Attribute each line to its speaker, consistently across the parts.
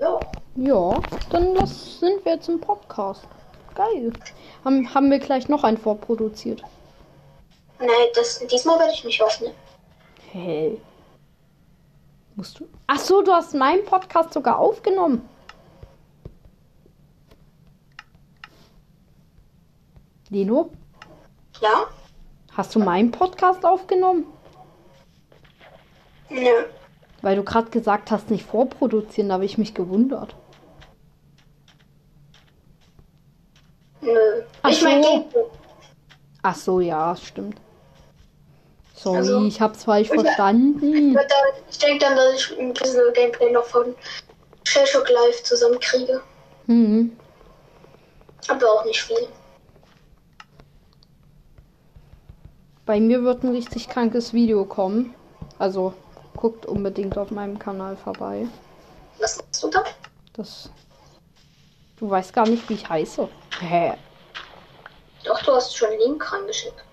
Speaker 1: Ja.
Speaker 2: Ja, dann das sind wir jetzt im Podcast. Geil. Haben, haben wir gleich noch einen vorproduziert.
Speaker 1: Nee, das, diesmal werde ich nicht aufnehmen.
Speaker 2: Hey. Musst du. Ach so, du hast meinen Podcast sogar aufgenommen. Lino,
Speaker 1: Ja?
Speaker 2: hast du meinen Podcast aufgenommen?
Speaker 1: Nö.
Speaker 2: Weil du gerade gesagt hast, nicht vorproduzieren, da habe ich mich gewundert.
Speaker 1: Nö.
Speaker 2: Ach
Speaker 1: ich meine,
Speaker 2: so.
Speaker 1: geht so.
Speaker 2: Ach so, ja, stimmt. Sorry,
Speaker 1: Also-
Speaker 2: ich hab's falsch
Speaker 1: Und-
Speaker 2: verstanden.
Speaker 1: Aber da- Ich denke dann, dass ich ein bisschen Gameplay noch von Shell Shock Live zusammenkriege.
Speaker 2: Hm.
Speaker 1: Aber auch nicht viel.
Speaker 2: Bei mir wird ein richtig krankes Video kommen. Also guckt unbedingt auf meinem Kanal vorbei.
Speaker 1: Was machst du da?
Speaker 2: Das. Du weißt gar nicht, wie ich heiße. Hä?
Speaker 1: Doch, du hast schon einen Link reingeschickt.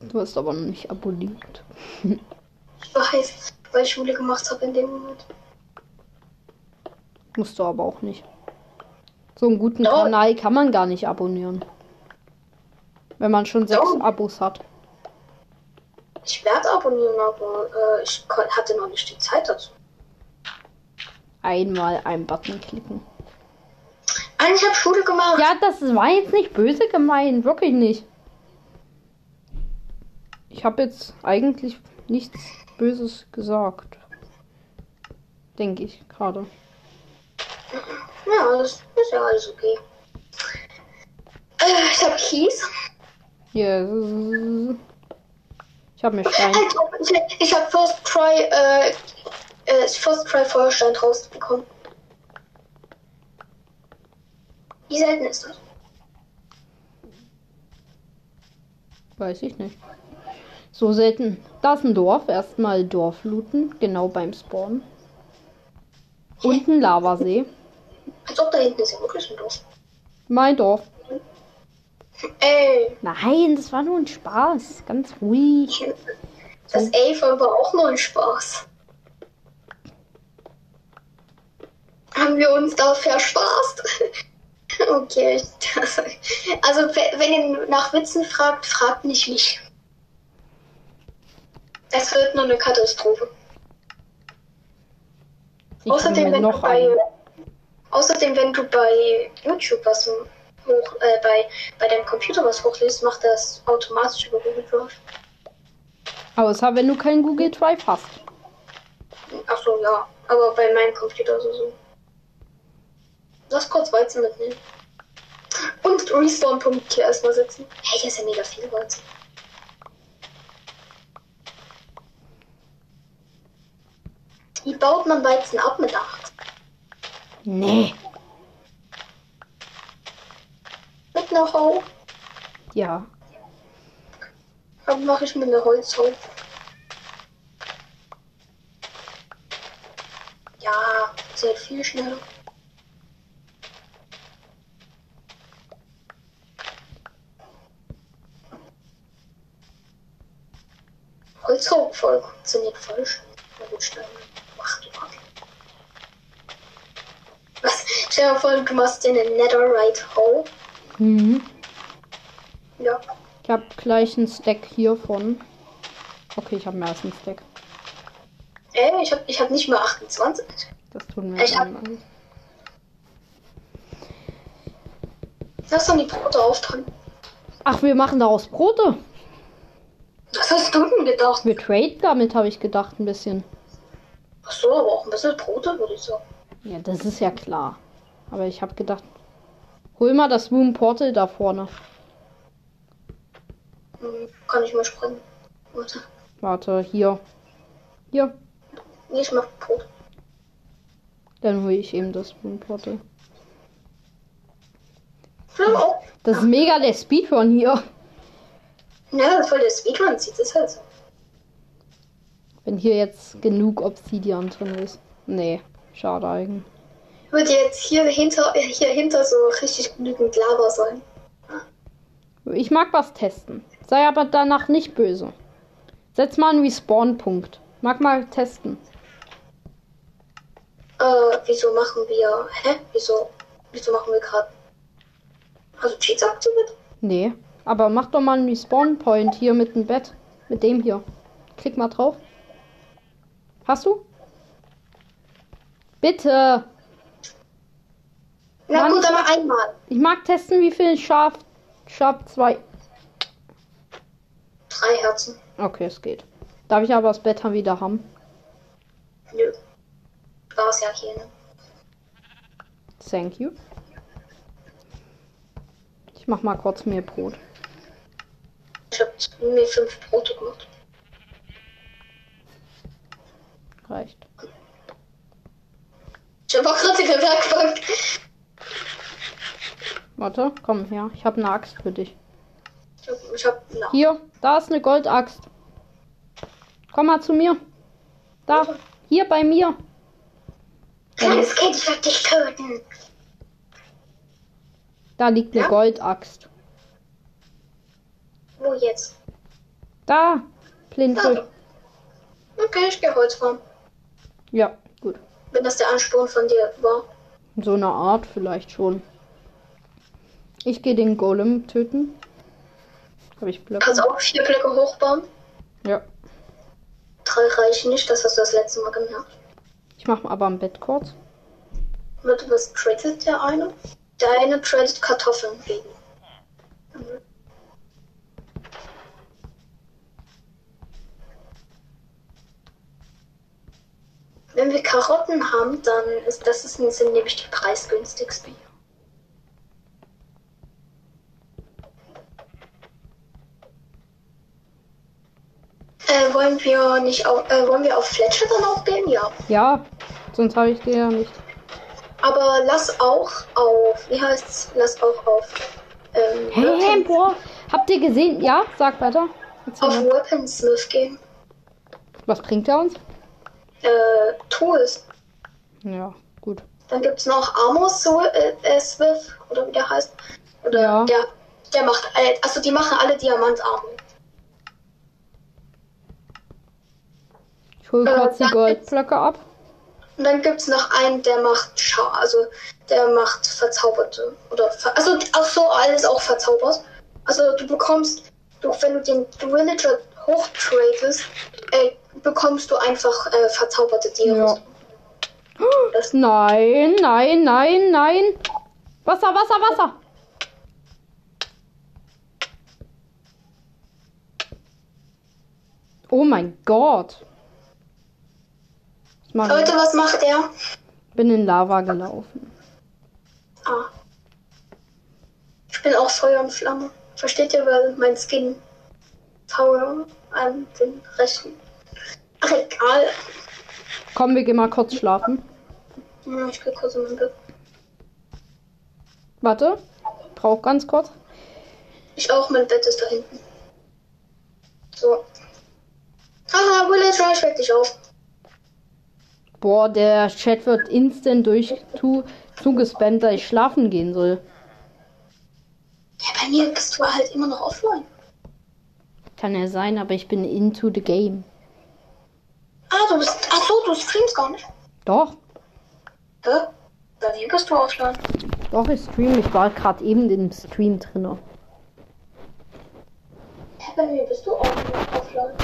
Speaker 2: Du hast aber noch nicht abonniert.
Speaker 1: Ich weiß, weil ich Schule gemacht habe in dem Moment.
Speaker 2: Musst du aber auch nicht. So einen guten
Speaker 1: Doch.
Speaker 2: Kanal kann man gar nicht abonnieren. Wenn man schon sechs
Speaker 1: Doch.
Speaker 2: Abos hat.
Speaker 1: Ich werde abonnieren, aber äh, ich kon- hatte noch nicht die Zeit dazu.
Speaker 2: Einmal einen Button klicken.
Speaker 1: Nein, Also, ich habe Schule gemacht.
Speaker 2: Ja, das war jetzt nicht böse gemeint, wirklich nicht. Ich habe jetzt eigentlich nichts Böses gesagt. Denke ich gerade.
Speaker 1: Ja, das ist ja alles okay. Äh, ich habe Kies.
Speaker 2: Yes. Ich habe mir Stein.
Speaker 1: Ich habe Halt, ich, ich hab First Try, äh, äh, First Try Feuerstein rausbekommen. Wie selten ist das?
Speaker 2: Weiß ich nicht. So selten. Da ist ein Dorf. Erstmal Dorf looten. Genau beim Spawn. Und ein Lavasee.
Speaker 1: Als ob da hinten ist ja wirklich ein Dorf.
Speaker 2: Mein Dorf.
Speaker 1: Ey,
Speaker 2: Nein, das war nur ein Spaß. Ganz ruhig.
Speaker 1: das Ey von war auch nur ein Spaß. Haben wir uns da verspaßt? okay, das, also we- wenn ihr nach Witzen fragt, fragt nicht mich. Das wird nur eine Katastrophe.
Speaker 2: Ich hol mir halt noch einen.
Speaker 1: außerdem, wenn du bei YouTube was hoch, äh, bei, bei deinem Computer was hochlädst, macht das automatisch über Google Drive.
Speaker 2: Außer wenn du keinen Google Drive hast.
Speaker 1: Ach so, ja. Aber bei meinem Computer so so. Lass kurz Weizen mitnehmen. Und Respawn-Punkt hier erstmal setzen. Hey, hier ist ja mega viel Weizen. Wie baut man Weizen ab mit 8?
Speaker 2: Nee.
Speaker 1: Mit einer Hau?
Speaker 2: Ja.
Speaker 1: Dann mache ich mir eine Holzhau. Ja, sehr viel schneller. Holzhau voll funktioniert voll schnell. Na gut, Steine. Mach du mal. Was? Stell dir mal vor, du machst dir eine Netherite Hole.
Speaker 2: Mhm.
Speaker 1: Ja.
Speaker 2: Ich habe gleich einen Stack hiervon. Okay, ich habe mehr als einen Stack.
Speaker 1: Ey, ich hab, ich hab nicht mal 28.
Speaker 2: Das tun wir
Speaker 1: Ich
Speaker 2: jetzt
Speaker 1: hab-
Speaker 2: einmal nicht.
Speaker 1: Lass doch die Brote auftragen.
Speaker 2: Ach, wir machen daraus Brote.
Speaker 1: Was hast du denn gedacht?
Speaker 2: Wir traden damit, habe ich gedacht, ein bisschen.
Speaker 1: Ach so, aber auch ein bisschen Brote, würde ich sagen.
Speaker 2: Ja, das ist ja klar. Aber ich habe gedacht, hol mal das Moon Portal da vorne.
Speaker 1: Hm, kann ich mal springen. Warte.
Speaker 2: Warte, hier. Hier.
Speaker 1: Nee, ich mach Brot.
Speaker 2: Dann hole ich eben das Moon Portal.
Speaker 1: Hm, oh.
Speaker 2: Das ist mega der Speedrun hier.
Speaker 1: Ja, voll der Speedrun sieht das halt so.
Speaker 2: Wenn hier jetzt genug Obsidian drin ist. Nee, schade eigentlich.
Speaker 1: Wird jetzt hier hinter, äh, hier hinter so richtig genügend Lava sein.
Speaker 2: Ich mag was testen. Sei aber danach nicht böse. Setz mal einen Respawn-Punkt. Mag mal testen.
Speaker 1: Äh, wieso machen wir. Hä? Wieso? Wieso machen wir gerade. Also Cheats aktiviert?
Speaker 2: Nee. Aber mach doch mal einen Respawn Point hier mit dem Bett. Mit dem hier. Klick mal drauf. Hast du? Bitte.
Speaker 1: Na
Speaker 2: Mann,
Speaker 1: gut,
Speaker 2: ich-
Speaker 1: aber einmal.
Speaker 2: Ich mag testen, wie viel Schaf. Schaf 2.
Speaker 1: Drei Herzen.
Speaker 2: Okay, es geht. Darf ich aber das Bett dann wieder haben?
Speaker 1: Nö. War es ja hier, ne?
Speaker 2: Thank you. Ich mach mal kurz mir Brot.
Speaker 1: Ich hab mir fünf Brote gemacht.
Speaker 2: Reicht.
Speaker 1: Ich hab auch gerade in der Werkbank.
Speaker 2: Warte, komm her. Ich habe eine Axt für dich.
Speaker 1: Ich hab, ich hab na,
Speaker 2: Hier, da ist eine Goldaxt. Komm mal zu mir. Da, hier bei mir.
Speaker 1: Kleines Kind, ich werd dich töten.
Speaker 2: Da liegt eine
Speaker 1: Ja?
Speaker 2: Goldaxt.
Speaker 1: Wo jetzt?
Speaker 2: Da, Plintel.
Speaker 1: Da. Ah. Okay, ich geh Holz rum.
Speaker 2: Ja, gut.
Speaker 1: Wenn das der Ansporn von dir war.
Speaker 2: So eine Art vielleicht schon. Ich gehe den Golem töten. Habe ich Blöcke?
Speaker 1: Kannst auch vier Blöcke hochbauen.
Speaker 2: Ja.
Speaker 1: Drei reichen nicht, das hast du das letzte Mal gemerkt.
Speaker 2: Ich mache aber am Bett kurz.
Speaker 1: Warte, was tradet der eine? Der eine tradet Kartoffeln Mhm. gegen. Wenn wir Karotten haben, dann ist das ist, sind nämlich die preisgünstigsten. Äh, wollen wir nicht auf, äh, wollen wir auf Fletcher dann auch gehen? Ja.
Speaker 2: Ja, sonst habe ich dir ja nicht.
Speaker 1: Aber lass auch auf, wie heißt's? Lass auch auf, ähm,
Speaker 2: Hey,
Speaker 1: Weapons,
Speaker 2: boah. Habt ihr gesehen? Ja, sag weiter. Erzähl
Speaker 1: auf
Speaker 2: mal.
Speaker 1: Weaponsmith gehen.
Speaker 2: Was bringt er uns?
Speaker 1: Äh, Tools.
Speaker 2: Ja, gut.
Speaker 1: Dann gibt's noch Armor Swi- äh, äh, Smith, oder wie der heißt. Oder
Speaker 2: Ja.
Speaker 1: der, der macht, all- also die machen alle Diamantarmor.
Speaker 2: Ich hole
Speaker 1: Äh,
Speaker 2: kurz die
Speaker 1: dann-
Speaker 2: Goldblöcke ab.
Speaker 1: Und dann gibt's noch einen, der macht Scha also der macht Verzauberte. Oder ver also auch so alles auch verzaubert. Also du bekommst, du, wenn du den Villager hochtradest, äh, bekommst du einfach äh, verzauberte Tiere.
Speaker 2: Ja. Nein, nein, nein, nein. Wasser, Wasser, Wasser. Oh mein Gott. Ich mach-
Speaker 1: Leute, was macht der?
Speaker 2: bin in Lava gelaufen.
Speaker 1: Ah. Ich bin auch Feuer und Flamme. Versteht ihr, weil mein Skin Feuer an den rechten. Ach egal.
Speaker 2: Komm, wir gehen mal kurz schlafen.
Speaker 1: Hm, Ich geh kurz in mein Bett.
Speaker 2: Warte. Brauch ganz kurz.
Speaker 1: Ich auch, mein Bett ist da hinten. So. Haha, Villager, ich weck dich auf.
Speaker 2: Boah, der Chat wird instant durch zu, zugespammt, dass ich schlafen gehen soll.
Speaker 1: Ja, bei mir bist du halt immer noch offline.
Speaker 2: Kann ja sein, aber ich bin into the game.
Speaker 1: Ah, du bist. Ach so, du streamst gar nicht.
Speaker 2: Doch,
Speaker 1: Hä? Bei mir bist du offline.
Speaker 2: doch, ich stream. Ich war gerade eben im Stream drinne.
Speaker 1: Hä, bei mir bist du auch offline.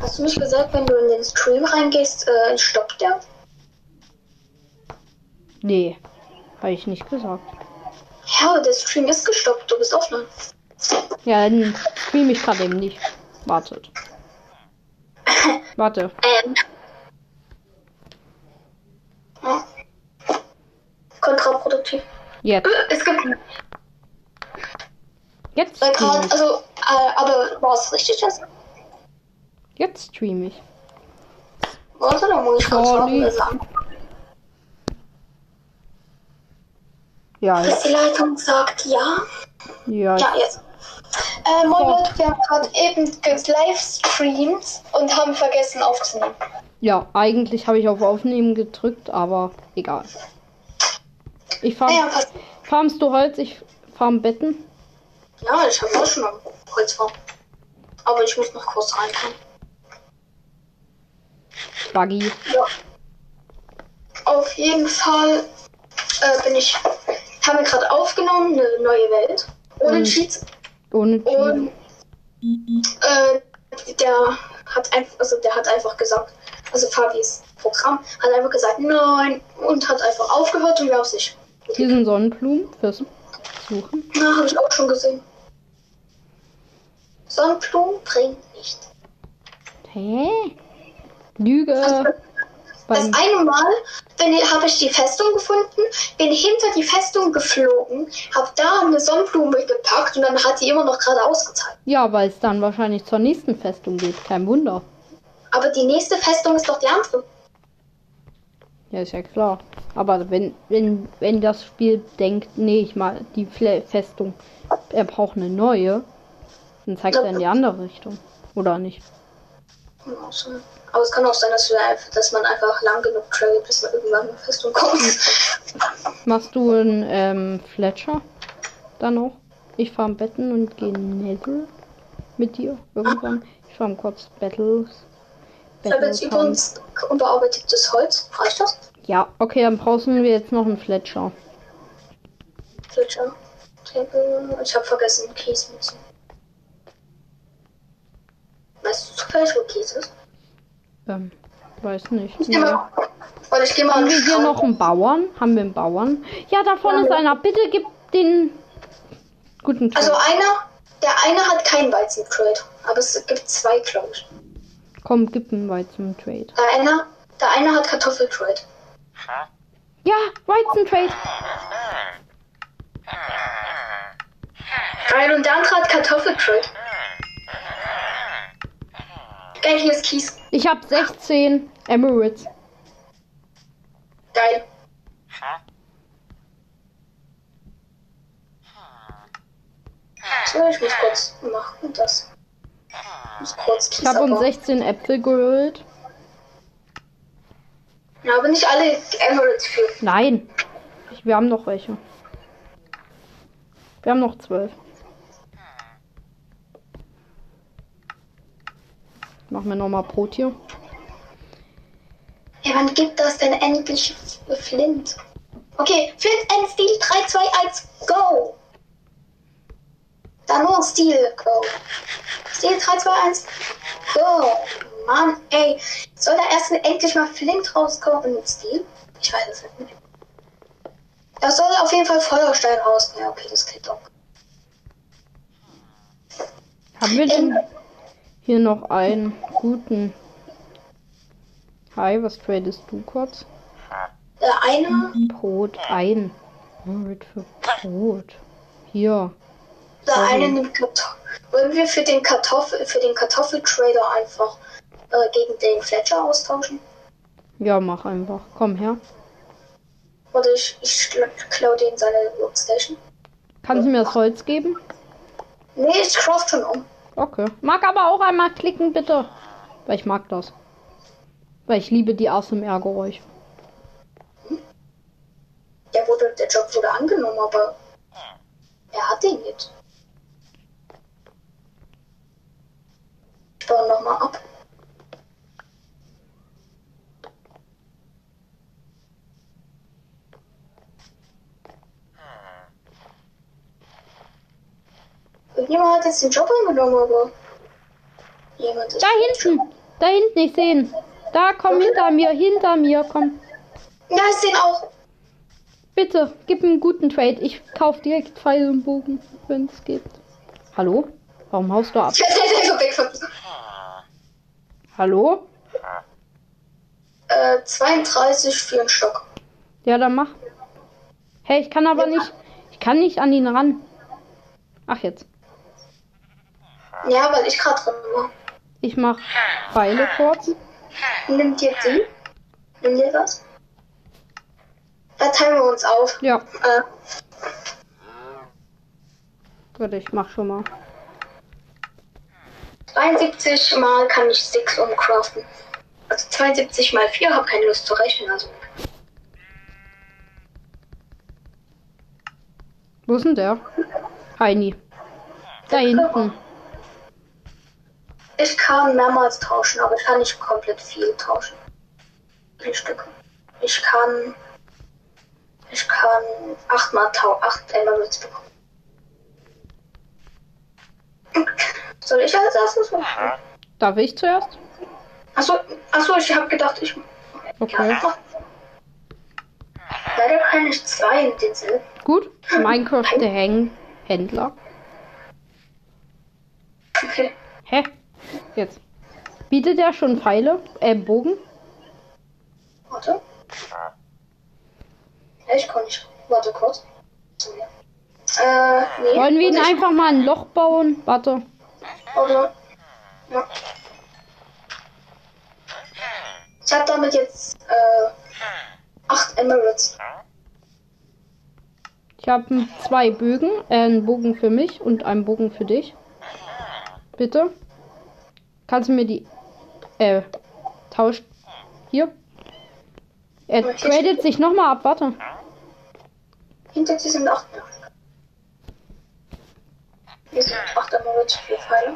Speaker 1: Hast du nicht gesagt, wenn du in den Stream reingehst, äh, stoppt der?
Speaker 2: Nee, habe ich nicht gesagt.
Speaker 1: Ja, der Stream ist gestoppt, du bist offline.
Speaker 2: Ja, dann stream ich gerade eben nicht. Wartet. Warte.
Speaker 1: Ähm. Ja. Kontraproduktiv. Äh,
Speaker 2: Jetzt.
Speaker 1: Es gibt
Speaker 2: Jetzt
Speaker 1: bei
Speaker 2: stream
Speaker 1: Karl,
Speaker 2: ich.
Speaker 1: also, äh, aber war es richtig jetzt?
Speaker 2: Jetzt stream ich.
Speaker 1: Warte, da muss ich kurz
Speaker 2: Sorry.
Speaker 1: warten, bis er an-
Speaker 2: Ja,
Speaker 1: Bis die Leitung sagt ja.
Speaker 2: ja.
Speaker 1: Ja, jetzt. Äh, moin
Speaker 2: So.
Speaker 1: Leute, wir haben gerade eben Livestreams und haben vergessen aufzunehmen.
Speaker 2: Ja, eigentlich habe ich auf Aufnehmen gedrückt, aber egal. Ich farm,
Speaker 1: Naja, passt.
Speaker 2: farmst du Holz, ich farm Betten.
Speaker 1: Ja, ich habe auch schon mal Holzform. Aber ich muss noch kurz reinkommen.
Speaker 2: Buggy.
Speaker 1: Ja. Auf jeden Fall äh, bin ich, haben wir gerade aufgenommen, eine neue Welt. Ohne
Speaker 2: Mhm.
Speaker 1: Cheats.
Speaker 2: Ohne Cheat.
Speaker 1: Und äh, der hat einfach, also der hat einfach gesagt, also Fabis Programm hat einfach gesagt, nein, und hat einfach aufgehört und wir haben es nicht.
Speaker 2: Hier sind Sonnenblumen fürs Suchen.
Speaker 1: Na, habe ich auch schon gesehen. Sonnenblumen bringt nicht.
Speaker 2: Hä? Lüge.
Speaker 1: Also, Das
Speaker 2: Beim
Speaker 1: eine Mal habe ich die Festung gefunden, bin hinter die Festung geflogen, habe da eine Sonnenblume gepackt und dann hat die immer noch geradeaus gezeigt.
Speaker 2: ja, weil es dann wahrscheinlich zur nächsten Festung geht. Kein Wunder.
Speaker 1: Aber die nächste Festung ist doch die andere.
Speaker 2: Ja, ist ja klar. Aber wenn, wenn, wenn das Spiel denkt, nee, ich mal die Fle Festung, er braucht eine neue, dann zeigt er in die andere Richtung. Oder nicht?
Speaker 1: Aber es kann auch sein, dass, wir einfach, dass man einfach lang genug travelt, bis man irgendwann in die Festung kommt.
Speaker 2: Machst du einen ähm, Fletcher dann noch? Ich fahr am Betten und gehe Nether mit dir irgendwann. Ich fahr kurz Battles.
Speaker 1: Ich habe jetzt
Speaker 2: Battles an.
Speaker 1: übrigens unbearbeitetes Holz. Reicht das?
Speaker 2: Ja, okay, dann brauchen wir jetzt noch einen Fletcher.
Speaker 1: Fletcher. Table. Ich habe vergessen, Kies müssen. Weißt du zufällig, wo Kies ist?
Speaker 2: Ähm, weiß nicht.
Speaker 1: Ich geh mal. Warte, ich geh mal
Speaker 2: Haben wir
Speaker 1: und
Speaker 2: hier
Speaker 1: schau.
Speaker 2: noch einen Bauern? Haben wir einen Bauern? Ja, da vorne ist einer. Bitte gib den guten Tipp.
Speaker 1: Also einer, der eine hat keinen Weizen-Trade, aber es gibt zwei, glaube ich.
Speaker 2: Komm, gib einen Weizen Trade.
Speaker 1: Der eine, der eine hat Kartoffel-Trade.
Speaker 2: Ja, Weizen Trade.
Speaker 1: Geil, und der andere hat Kartoffel-Trade. Geil, hier ist Kies.
Speaker 2: Ich habe 16 Emirates.
Speaker 1: Geil. So, ich muss kurz machen das. Ich muss kurz Kies
Speaker 2: Ich habe uns
Speaker 1: abbauen.
Speaker 2: 16 Äpfel geholt.
Speaker 1: Ja, aber nicht alle Emeralds für.
Speaker 2: Nein. Ich, wir haben noch welche. Wir haben noch zwölf. Machen wir nochmal Brot hier.
Speaker 1: Ja, wann gibt das denn endlich F- Flint? Okay, Flint and Steel 3, 2, 1, go! Dann nur Steel, go! Steel 3, 2, 1, go! Mann, ey, soll da erst endlich mal Flint rauskommen und Steel? Ich weiß es nicht. Da soll auf jeden Fall Feuerstein rauskommen. Ja, okay, das klingt auch.
Speaker 2: Haben wir denn hier noch einen guten? Hi, was tradest du kurz?
Speaker 1: Der eine,
Speaker 2: Brot ein. Brot für Brot. Hier.
Speaker 1: der
Speaker 2: Sorry.
Speaker 1: eine nimmt Kartoffeln. Wollen wir für den Kartoffel, für den Kartoffeltrader einfach äh, gegen den Fletcher austauschen?
Speaker 2: Ja, mach einfach. Komm her.
Speaker 1: Oder ich, ich kla- klau den seine Workstation.
Speaker 2: Kannst du mir das Holz geben?
Speaker 1: Nee, ich craft schon um.
Speaker 2: Okay. Mag aber auch einmal klicken, bitte. Weil ich mag das. Weil ich liebe die ASMR-Geräusche.
Speaker 1: Der, wurde, der Job wurde angenommen, aber er hat den nicht. Ich baue nochmal ab. Irgendjemand hat jetzt den Job angenommen, aber jemand ist.
Speaker 2: Da hinten. Da hinten, ich sehe ihn. Da, komm hinter mir, hinter mir, komm.
Speaker 1: Da ist den auch.
Speaker 2: Bitte, gib einen guten Trade. Ich kauf direkt Pfeil und Bogen, wenn es geht. Hallo? Warum haust du ab?
Speaker 1: Ich werde einfach weg von
Speaker 2: Hallo?
Speaker 1: Äh, 32 für einen Stock.
Speaker 2: Ja, dann mach. Hey, ich kann aber nicht. Ich kann nicht an ihn ran. Ach jetzt.
Speaker 1: Ja, weil ich gerade drin war.
Speaker 2: Ich mach Pfeile kurz.
Speaker 1: Nimm dir die. Nimm dir das. Da teilen wir uns auf.
Speaker 2: Ja,
Speaker 1: Äh,
Speaker 2: gut, ich mach schon mal.
Speaker 1: 72 mal kann ich 6 umcraften. Also 72 mal 4, habe keine Lust zu rechnen. Also.
Speaker 2: Wo ist denn der? Heini. Da hinten.
Speaker 1: Ich kann mehrmals tauschen, aber ich kann nicht komplett viel tauschen. Viele Stücke. Ich kann. Ich kann achtmal tau acht Endermans bekommen. Soll ich als erstes machen?
Speaker 2: Darf ich zuerst?
Speaker 1: Achso, achso, ich habe gedacht, ich.
Speaker 2: Okay.
Speaker 1: Ja. Leider kann ich zwei in den Sinn.
Speaker 2: Gut. Minecraft der Hang Händler.
Speaker 1: Okay.
Speaker 2: Hä? Jetzt. Bietet er schon Pfeile? Äh, Bogen?
Speaker 1: Warte. Ja, ich komm nicht. Warte kurz. So, ja. Äh, nee.
Speaker 2: Wollen wir ihn
Speaker 1: Warte, ich-
Speaker 2: einfach mal ein Loch bauen? Warte.
Speaker 1: Oder. Oh Ja. Ich habe damit jetzt äh, acht Emeralds.
Speaker 2: Ich habe zwei Bögen. Äh, einen Bogen für mich und einen Bogen für dich. Bitte. Kannst du mir die. Äh, tauscht. Hier. Er tradet sich nochmal ab. Warte.
Speaker 1: Hinter dir sind acht Emeralds. Hier sind acht Emeralds, vier Pfeile.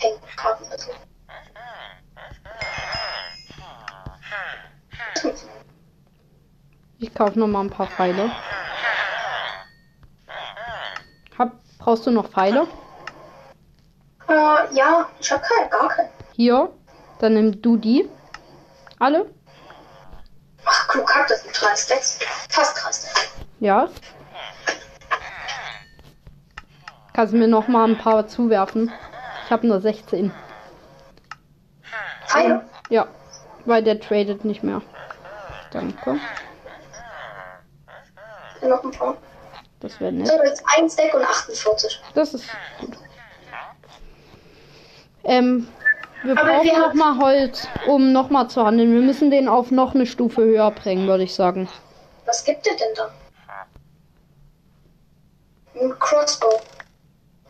Speaker 1: Eng, Karten, also.
Speaker 2: Ich kaufe nochmal ein paar Pfeile. Hab, brauchst du noch Pfeile?
Speaker 1: Äh, ja, ich habe keine, gar keine.
Speaker 2: Hier. Dann nimm du die. Alle?
Speaker 1: Ach, klug hab das mit drei Stacks. Fast drei Stacks.
Speaker 2: Ja. Kannst du mir noch mal ein paar zuwerfen? Ich habe nur 16.
Speaker 1: Pfeile.
Speaker 2: Ja, weil der tradet nicht mehr. Danke.
Speaker 1: Noch ein paar.
Speaker 2: Das wäre
Speaker 1: So,
Speaker 2: nett.
Speaker 1: jetzt ein Stack und 48.
Speaker 2: Das ist gut. Ähm, wir
Speaker 1: Aber
Speaker 2: brauchen
Speaker 1: wir-
Speaker 2: noch mal Holz, um noch mal zu handeln. Wir müssen den auf noch eine Stufe höher bringen, würde ich sagen.
Speaker 1: Was gibt er denn da? Ein Crossbow.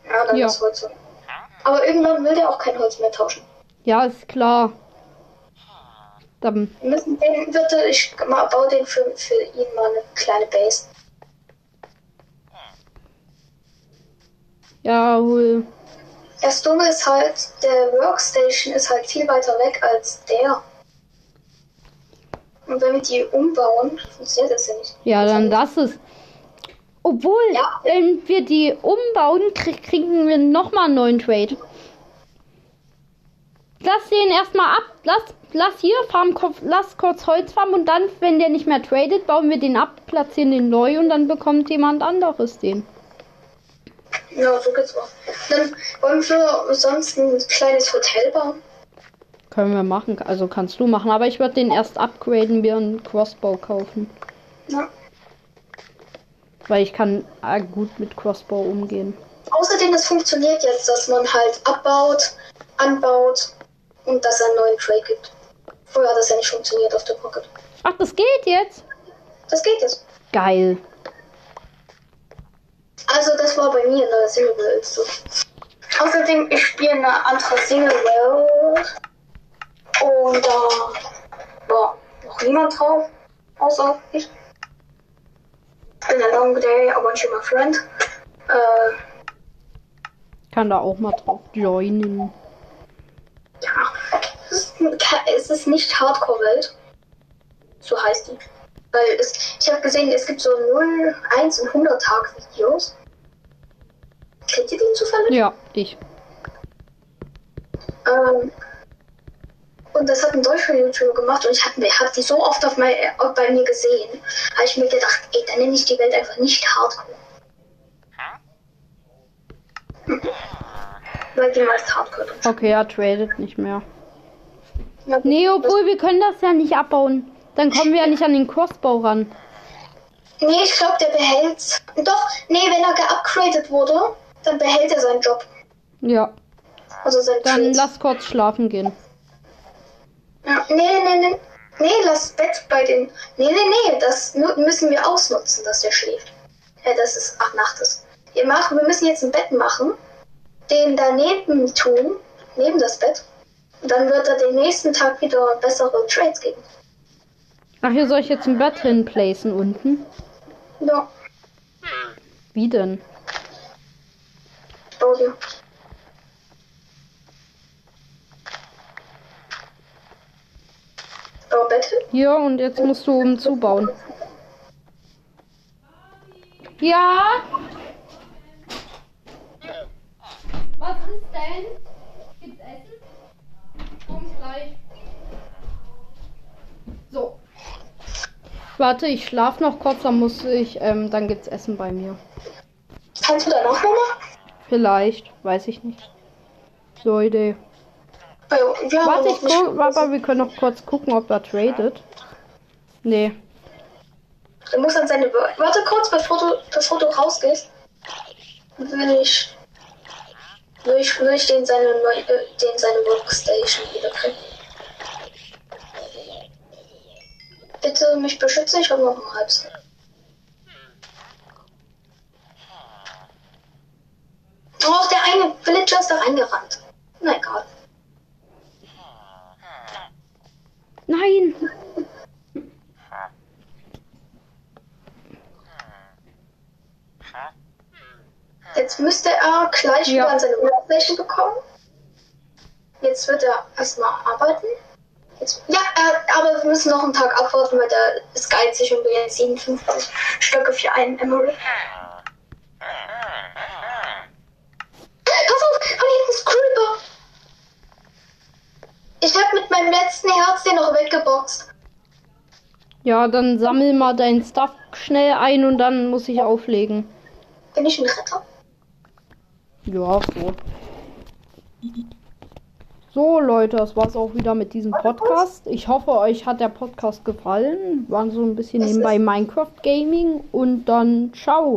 Speaker 1: Ja, dann
Speaker 2: Ja.
Speaker 1: das Holz. so. Aber irgendwann will der auch kein Holz mehr tauschen.
Speaker 2: Ja, ist klar. Dann
Speaker 1: Wir müssen den, bitte, ich ma- baue den für, für ihn mal eine kleine Base.
Speaker 2: ja, hol.
Speaker 1: Das Dumme ist halt, der Workstation ist halt viel weiter weg als der. Und wenn wir die umbauen, funktioniert das ja nicht.
Speaker 2: Ja, dann lass es. Obwohl,
Speaker 1: Ja.
Speaker 2: wenn wir die umbauen, krieg kriegen wir nochmal einen neuen Trade. Lass den erstmal ab. Lass, lass hier Farm, kurz- lass kurz Holz farmen und dann, wenn der nicht mehr tradet, bauen wir den ab, platzieren den neu und dann bekommt jemand anderes den.
Speaker 1: Ja, so geht's auch. Dann wollen wir sonst ein kleines Hotel bauen.
Speaker 2: Können wir machen, also kannst du machen, aber ich würde den erst upgraden, wir einen Crossbow kaufen.
Speaker 1: Ja.
Speaker 2: Weil ich kann ah, gut mit Crossbow umgehen.
Speaker 1: Außerdem, das funktioniert jetzt, dass man halt abbaut, anbaut und dass er einen neuen Trade gibt. Vorher hat das ja nicht funktioniert auf der Pocket.
Speaker 2: Ach, das geht jetzt?
Speaker 1: Das geht jetzt.
Speaker 2: Geil.
Speaker 1: Also, das war bei mir in der Single World so. Außerdem, ich spiele eine andere Single World. Und da war noch niemand drauf, außer ich. In a long day, I want you my friend. Äh,
Speaker 2: Kann da auch mal drauf joinen.
Speaker 1: Ja, es ist, ke- es ist nicht Hardcore-Welt. So heißt die. Weil es, ich habe gesehen, es gibt so 0, 1 und 100-Tag-Videos. Kennt ihr den zufällig?
Speaker 2: Ja, ich.
Speaker 1: Ähm, und das hat ein deutscher YouTuber gemacht und ich habe hab die so oft auf mein, auf- bei mir gesehen, habe ich mir gedacht, ey, dann nenne ich die Welt einfach nicht Hardcore. Mhm. Weil die meist Hardcore drin
Speaker 2: Okay, er tradet nicht mehr.
Speaker 1: sind.
Speaker 2: Nee, obwohl wir können das ja nicht abbauen. Dann kommen wir ja nicht an den Crossbow ran.
Speaker 1: Nee, ich glaube, der behält's. Doch, nee, wenn er geupgradet wurde, dann behält er seinen Job.
Speaker 2: Ja,
Speaker 1: Also sein
Speaker 2: dann
Speaker 1: Trade.
Speaker 2: lass kurz schlafen gehen.
Speaker 1: Ja, nee, nee, nee. Nee, lass Bett bei den. Nee, nee, nee, das nu- müssen wir ausnutzen, dass der schläft. Ja, das ist. Ach, Nacht ist. Wir, machen, wir müssen jetzt ein Bett machen, den daneben tun, neben das Bett. Und dann wird er den nächsten Tag wieder bessere Trades geben.
Speaker 2: Ach, hier soll ich jetzt ein Bett hinplacen unten.
Speaker 1: Ja,
Speaker 2: Wie denn?
Speaker 1: ich baue dir. Ich baue ein Bett hin.
Speaker 2: Hier und jetzt musst du um zubauen. Ja? Was ist denn? Gibt's Essen? Komm's gleich. So. Warte, ich schlaf noch kurz, dann muss ich, ähm, dann gibt's Essen bei mir.
Speaker 1: Kannst du da noch mal machen?
Speaker 2: Vielleicht, weiß ich nicht. So Idee.
Speaker 1: Ah ja, wir haben
Speaker 2: Warte,
Speaker 1: noch
Speaker 2: ich
Speaker 1: nicht-
Speaker 2: guck, aber wir können noch kurz gucken, ob er tradet. Nee.
Speaker 1: Du musst an seine. Be- Warte kurz, bevor du, bevor du rausgehst. Will ich. Will ich, will ich den seine, neu- äh, den seine Workstation wiederkriegen. Bitte mich beschützen, ich habe noch einen Halbsinn. Oh, der eine Villager ist da reingerannt. Na egal.
Speaker 2: Nein!
Speaker 1: Jetzt müsste er gleich
Speaker 2: Ja.
Speaker 1: wieder an seine Workstation bekommen. Jetzt wird er erstmal arbeiten. Jetzt, ja, äh, aber wir müssen noch einen Tag abwarten, weil der ist geizig und will jetzt 57 Stöcke für einen Emerald. Äh, Pass auf, von hinten ist Creeper. Ich habe mit meinem letzten Herz den noch weggeboxt.
Speaker 2: Ja, dann sammel mal dein Stuff schnell ein und dann muss ich auflegen.
Speaker 1: Bin ich ein Retter?
Speaker 2: Ja, so. So, Leute, das war's auch wieder mit diesem Podcast. Ich hoffe, euch hat der Podcast gefallen. Waren so ein bisschen nebenbei Minecraft Gaming und dann ciao.